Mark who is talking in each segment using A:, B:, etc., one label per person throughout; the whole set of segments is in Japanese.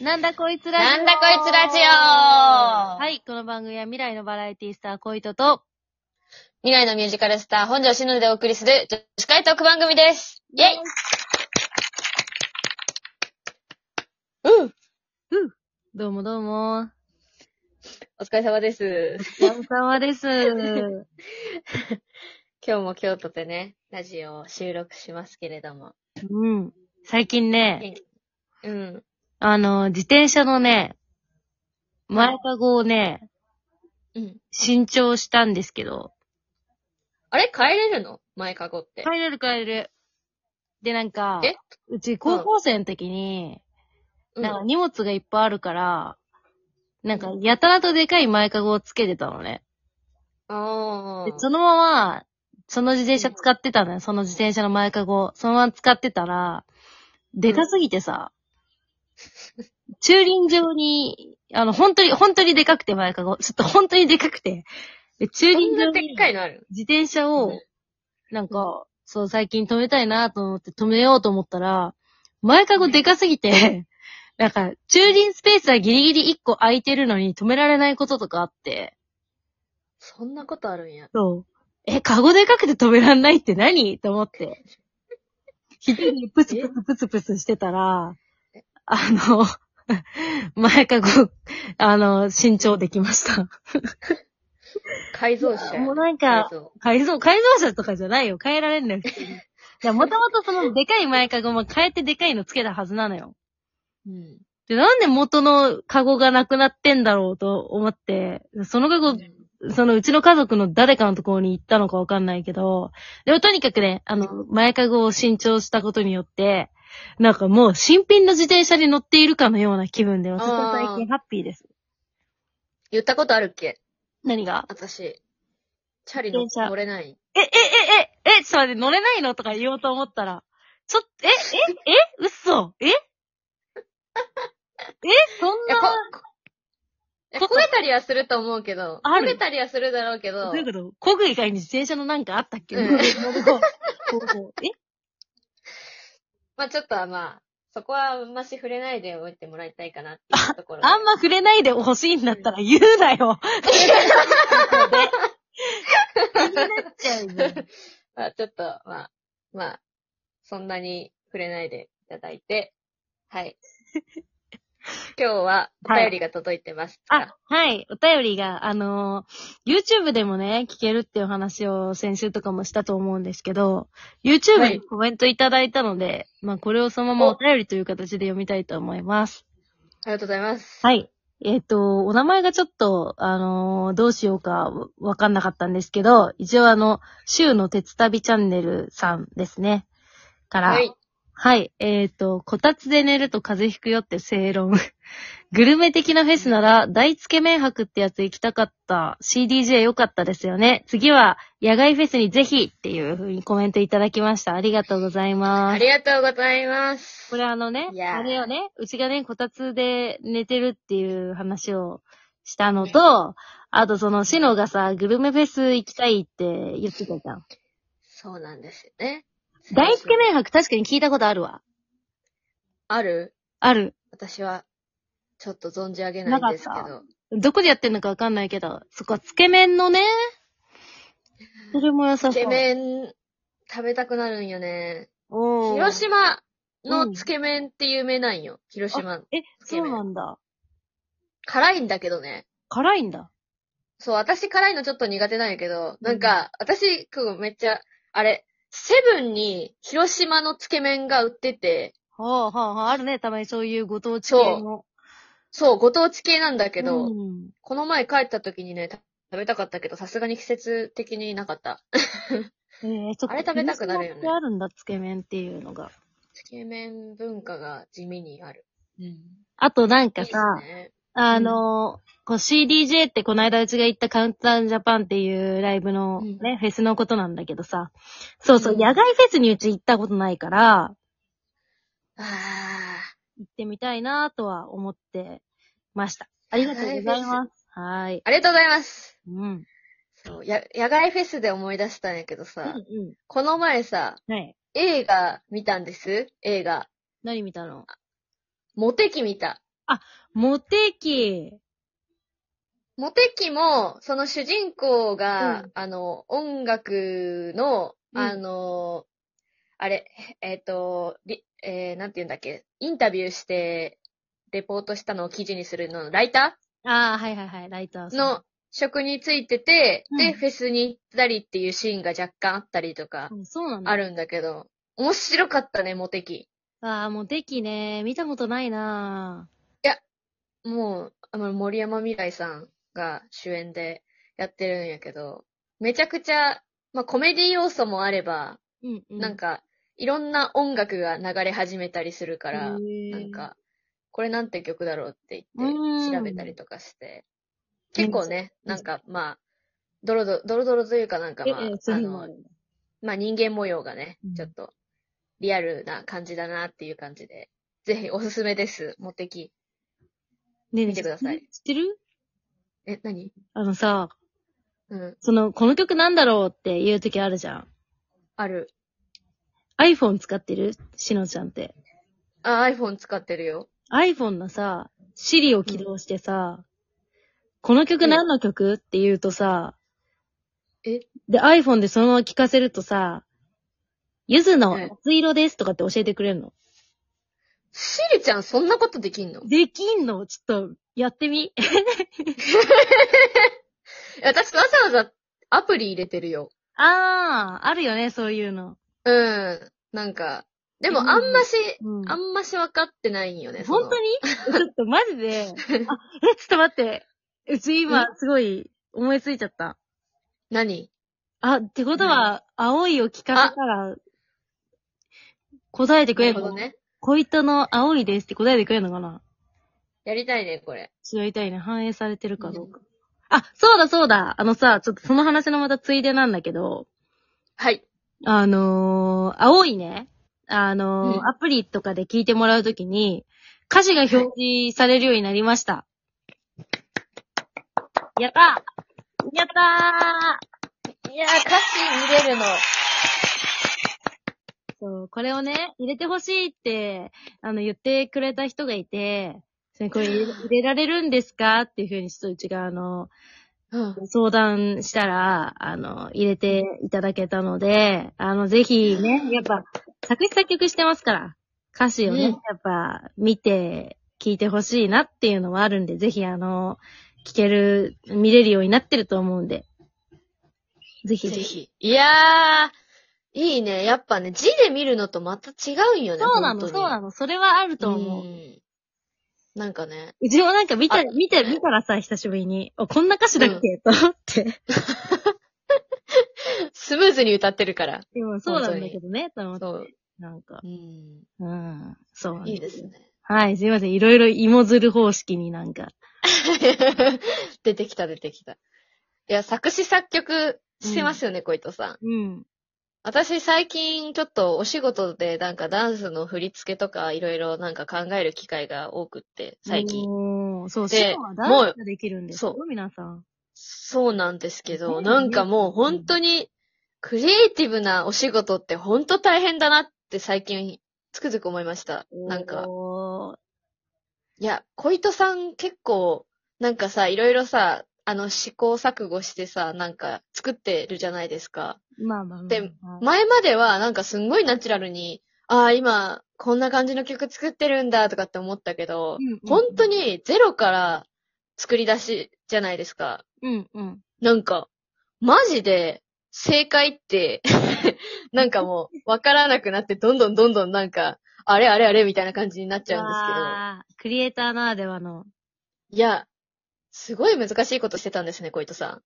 A: なんだこいつラジオ
B: なんだこいつラジオ
A: は
B: はい。
A: い、この番組は未来のバラエティスター、恋人と、
B: 未来のミュージカルスター、本庄しのでお送りする女子会トーク番組です。イェイうん
A: どうもどうも、
B: お疲れ様です。
A: ヤムサワ です。
B: 今日も今日とてね、ラジオを収録しますけれども。
A: うん。最近ね、
B: うん。
A: あの、自転車のね、前かごをね、
B: うん。
A: 新調したんですけど、
B: あれ帰れるの前かごって。
A: 帰れる帰れる。で、なんか
B: え、
A: うち高校生の時に、
B: うん
A: なんか荷物がいっぱいあるから、なんか、やたらとでかい前かごをつけてたのね。
B: あ
A: で
B: ー
A: そのまま、その自転車使ってたのよ。その自転車の前かご。そのまま使ってたら、でかすぎてさ、駐輪場に、あの、本当に、本当にでかくて前かご。ちょっと本当にでかくて。で駐
B: こん
A: 輪場
B: なでっ
A: に
B: かいのある
A: 自転車
B: う
A: を
B: ん、
A: なんか、そう、最近止めたいなと思って止めようと思ったら、前かごでかすぎて、なんか、駐輪スペースはギリギリ1個空いてるのに止められないこととかあって、
B: そんなことあるんや。
A: そう。え、カゴでかくて止めらんないって何と思って。一人でプツプツプツプツしてたら、あの、 前かご、あの、新調できました。
B: 改造車や。
A: もうなんか
B: 改造
A: 改造、改造車とかじゃないよ。変えられんのよ。普通にいや、もともとそのでかい前かごも変えてでかいのつけたはずなのよ。
B: うん。
A: で、なんで元のカゴがなくなってんだろうと思って、そのカゴそのうちの家族の誰かのところに行ったのかわかんないけど、でもとにかくね、あの、前かごを新調したことによって、なんかもう新品の自転車に乗っているかのような気分で、私は最近ハッピーです。
B: 言ったことあるっけ
A: 何が
B: 私、チャリ乗
A: 自転車
B: 乗れない。
A: え、え、え、え、え、ちょっと待って、乗れないのとか言おうと思ったら、ちょっと、え、え、え、嘘ええ、そん
B: いや、こ
A: な、、
B: いや焦げたりはすると思うけど、
A: あ
B: 焦
A: る
B: げたりはするだろうけ
A: ど
B: ど
A: うい、うこと工具以外に自転車のなんかあったっけ、
B: うん
A: え
B: まあちょっとはまあ、そこはあんまし触れないでおいてもらいたいかなっていうところで。
A: あんま触れないでほしいんだったら言うなよ。気になっちゃうじゃん。
B: まあちょっと、まあ、まあ、そんなに触れないでいただいて、 はい。今日はお便りが届いてます。
A: あ、はい。お便りが、あのー YouTube でもね、聞けるっていう話を先週とかもしたと思うんですけど、
B: は
A: YouTube
B: い
A: にコメントいただいたので、まあこれをそのままお便りという形で読みたいと思います。
B: ありがとうございます。
A: はい。えっ、と、お名前がちょっと、あのーどうしようかわわかんなかったんですけど、一応あの、週の鉄旅チャンネルさんですね。から、
B: はい。
A: はい。えっ、と、こたつで寝ると風邪ひくよって正論。 グルメ的なフェスなら、大つけ麺博ってやつ行きたかった。CDJ 良かったですよね。次は、野外フェスにぜひっていう風にコメントいただきました。ありがとうござい
B: あ
A: ます。
B: りがとうございます。
A: これあのね、
B: いやー
A: あれよね、うちがね、こたつで寝てるっていう話をしたのと、あとその、シノがさ、グルメフェス行きたいって言ってたじゃん。
B: そうなんですよね。
A: 大つけ麺博確かに聞いたことあるわ。
B: ある
A: ある。
B: 私は、ちょっと存じ上げないんですけ
A: なか
B: ど。
A: どこでやってんのかわかんないけど、そっか、つけ麺のね、それも良さそう。
B: つけ麺、食べたくなるんよね。
A: おー
B: 広島のつけ麺って有名なんよ。広島。
A: え、
B: つけ
A: そう
B: 麺
A: なんだ。
B: 辛いんだけどね。
A: 辛いんだ。
B: そう、私辛いのちょっと苦手なんやけど、なんか、私、こうめっちゃ、あれ、セブンに広島のつけ麺が売ってて、
A: はあはあはあ、あるね、たまにそういうご当地系の。
B: そう、ご当地系なんだけど、
A: うん
B: この前帰った時にね、た食べたかったけど、さすがに季節的になかった。
A: えー、そっか
B: あれ食べたくなるよ
A: 広島っ
B: ね
A: てあるんだ、つけ麺っていうのが。
B: つけ麺文化が地味にある。うん。
A: あとなん
B: い
A: か
B: いで
A: さ、
B: すね。
A: あのー、こう CDJ ってこの間うちが行ったカウントダウンジャパンっていうライブのね、
B: う
A: フェスのことなんだけどさ、そうそう、
B: うん
A: 野外フェスにうち行ったことないから、
B: ああ。
A: 行ってみたいなとは思ってました。ありがとうございます。はーい。
B: ありがとうございます。
A: うん。うん
B: そう、や、野外フェスで思い出したんやけどさ、
A: う
B: この前さ、
A: ん。はい。
B: 映画見たんです映画。
A: 何見たの
B: モテキ見た。
A: モテ期。
B: モテ期も、その主人公が、
A: うん
B: あの、音楽の、
A: うん
B: あの、あれ、えっ、と、りえーなんて言うんだっけ、インタビューして、レポートしたのを記事にするの、ライタ
A: ああ、はいはいはい、ライター
B: ー
A: さん。
B: の職についてて、
A: うん
B: で、フェスに行ったりっていうシーンが若干あったりとか、
A: うん、そうなんだ。
B: あるんだけど、面白かったね、モテ期。
A: ああ、モテ期ね。見たことないな
B: もう、あの、森山未來さんが主演でやってるんやけど、めちゃくちゃ、まあ、コメディ要素もあれば、
A: うんうん。
B: なんか、いろんな音楽が流れ始めたりするか
A: な
B: ら、なん、か、これなんて曲だろうって
A: う
B: 言っ
A: ん
B: て、調べたりとかして、結構ね、なんか、まあ、ドロドロ、ドロドロというかなんか、
A: え
B: まあ、
A: え、そう
B: あ
A: いうのもあ
B: の、
A: る。
B: まあ人間模様がね
A: うん、
B: ちょっと、リアルな感じだなっていう感じで、ぜひおすすめです、モテキ。
A: ねえ
B: 見てください
A: 知ってる
B: え、何
A: あのさ、
B: うん、
A: その、この曲なんだろうっていう時あるじゃん。
B: ある。
A: iPhone 使ってるしのちゃんって。
B: あ、iPhone 使ってるよ。
A: iPhone のさ、Siri を起動してさ、この曲何の曲って言うとさ、
B: え
A: で、iPhone でそのまま聞かせるとさ、ゆずの
B: はい
A: 夏色ですとかって教えてくれるの。
B: シリちゃんそんなことできんの
A: できんのちょっと、やってみ。
B: 私わざわざアプリ入れてるよ。
A: あー、あるよね、そういうの。
B: うん。なんか、でも
A: うん
B: あんまし、
A: うん
B: あんまし分かってないんよね。その
A: 本当に ちょっとマジで。 あ、え、ちょっと待って。うち今、すごい、思いついちゃった。
B: 何
A: あ、ってことは、青いを聞かせたら、答えてく
B: な
A: れ
B: る
A: る
B: ほ
A: の
B: どね。
A: 小糸の青いですって答えてくれるのかな
B: やりたいね、これ。
A: 違いたいね。反映されてるかどうか。あ、そうだそうだ。あのさ、ちょっとその話のまたついでなんだけど、
B: はい。
A: あのー、青いね。あのー
B: うん
A: アプリとかで聞いてもらうときに、歌詞が表示されるようになりました。やったーやったー
B: いやー、歌詞見れるの。
A: そう、これをね、入れてほしいって、あの、言ってくれた人がいて、それこれ入れ入れられるんですかっていうふうに、ちょっとうちが、あの、
B: うん。
A: 相談したら、あの、入れていただけたので、あの、ぜひね、やっぱ、作詞作曲してますから、歌詞をね、
B: うん
A: やっぱ、見て、聞いてほしいなっていうのはあるんで、ぜひ、あの、聞ける、見れるようになってると思うんで、ぜひ
B: ぜ
A: ぜひ。
B: ひ。いやー、いいね。やっぱね、字で見るのとまた違うんよね。
A: そうなの、
B: 本
A: そうな
B: 当に
A: の、それはあると思う。
B: うん。なんかね。
A: うちもなんか見た、
B: あ
A: 見て、見たらさ、久しぶりに、お、こんな歌詞だっけ、と思って。
B: スムーズに歌ってるから。
A: でもそうなんだけどね、と思って。
B: そう。
A: なんか、
B: うん。
A: うん、そうなんだ
B: いいですね。
A: はい、すいません。いろいろ芋づる方式になんか。
B: 出てきた、出てきた。いや、作詞作曲してますよね、小糸さん。
A: うん。
B: 私最近ちょっとお仕事でなんかダンスの振り付けとかいろいろなんか考える機会が多くって、最近。
A: おー。そう、
B: で
A: シロはダンスができるんです
B: もう
A: よ、皆さん。
B: そうなんですけ
A: う
B: ど、
A: ん
B: なんかもう本当にクリエイティブなお仕事って本当大変だなって最近つくづく思いました。なんか。
A: おー
B: いや、小糸さん結構、なんかさ、いろいろさ、あの、試行錯誤してさ、なんか作ってるじゃないですか。
A: まあまあまあまあ。
B: で前までは、なんかすんごいナチュラルに、ああ、今、こんな感じの曲作ってるんだ、とかって思ったけど、
A: うんうん
B: 本当にゼロから作り出しじゃないですか。
A: うんうん。
B: なんか、マジで、正解って、 なんかもう、わからなくなって、どんどんどんどんなんか、あれあれあれみたいな感じになっちゃうんですけど。
A: わークリエイターならではの。
B: いや、すごい難しいことしてたんですね、小糸さ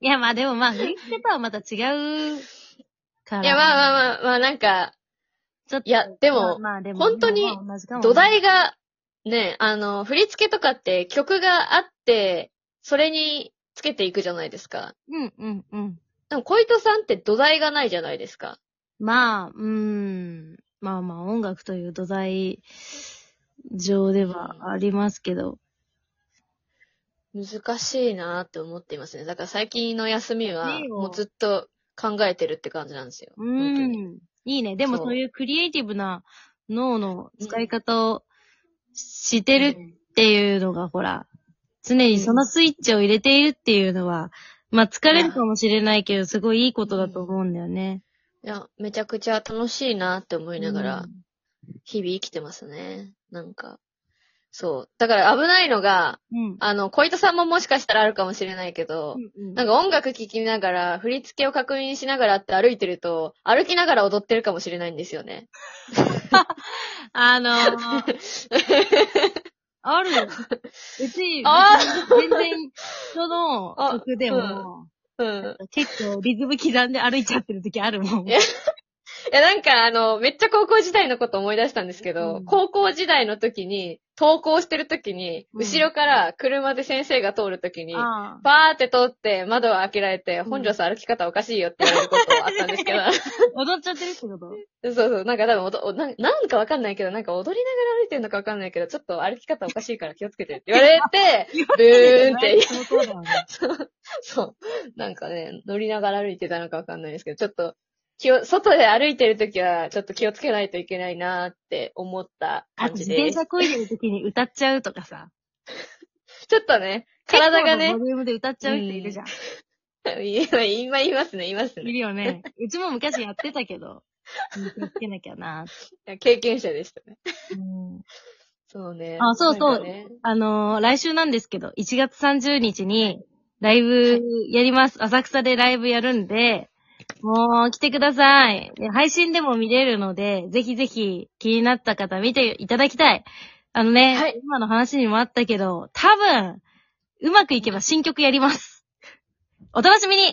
A: いや、まあでもまあ、振り付けとはまた違うか
B: ん。
A: ら。
B: いや、まあま
A: あ。
B: あまあ、まあなんか、
A: ちょっと。
B: いやでも
A: まあまあでも、
B: 本当に
A: まあまあ同じかもね
B: 土台が、ね、あの、振り付けとかって曲があって、それにつけていくじゃないですか。
A: うんうんうん。
B: でも小糸さんって土台がないじゃないですか。
A: まあ、うーん。まあまあ、音楽という土台上ではありますけど。
B: 難しいなって思っていますね。だから最近の休みは
A: ねえ、よ
B: もうずっと考えてるって感じなんですよ。
A: う
B: 本当に
A: ん。いいね。でも
B: そう
A: そういうクリエイティブな脳の使い方をしてるっていうのが、ほら、常にそのスイッチを入れているっていうのは、まあ疲れるかもしれないけど、すごいいいことだと思うんだよね。
B: いや、めちゃくちゃ楽しいなって思いながら
A: うん、
B: 日々生きてますね。なんか。そう。だから危ないのが、
A: うん。
B: あの、小糸さんももしかしたらあるかもしれないけど、
A: うん
B: なんか音楽聴きながら、振り付けを確認しながらって歩いてると、歩きながら踊ってるかもしれないんですよね。
A: あ のー、あるよ。うち、
B: あ
A: 全然、人の曲でも、
B: うん。
A: 結構リズム刻んで歩いちゃってる時あるもん。
B: えいや、なんかあの、めっちゃ高校時代のこと思い出したんですけど、
A: うん
B: 高校時代の時に、登校してる時に、
A: うん
B: 後ろから車で先生が通る時に、
A: ああ
B: バーって通って窓を開けられて、
A: ん
B: 本庄さん歩き方おかしいよって言われることあったんですけど、
A: 踊っちゃってるってこと
B: そうそう、なんか多分おどおな、なんかわかんないけど、なんか踊りながら歩いてるのかわかんないけど、ちょっと歩き方おかしいから気をつけてって言われて、ブーンって、
A: そうだよね。
B: そう、なんかね、乗りながら歩いてたのかわかんないですけど、ちょっと、気を、外で歩いてるときは、ちょっと気をつけないといけないなーって思った
A: あ
B: 感
A: と
B: じ
A: 自
B: で
A: 転
B: す
A: 車。漕いでる時に歌っちゃうとか さ。
B: ちょっとね、体
A: 結
B: がね
A: 構、なボリュームで歌っちゃう人いるじゃん。
B: 今いますね、います
A: い
B: ね。
A: るよね。うちも昔やってたけど、気をつけなきゃな。
B: 経験者でしたね。
A: うん
B: そうね。
A: あそうそう
B: なんかね
A: あのー来週なんですけど、1月30日にライブやります。浅草でライブやるんで、もう来てください。で配信でも見れるので、ぜひぜひ気になった方見ていただきたい。あのね、
B: はい
A: 今の話にもあったけど、多分、うまくいけば新曲やります。お楽しみに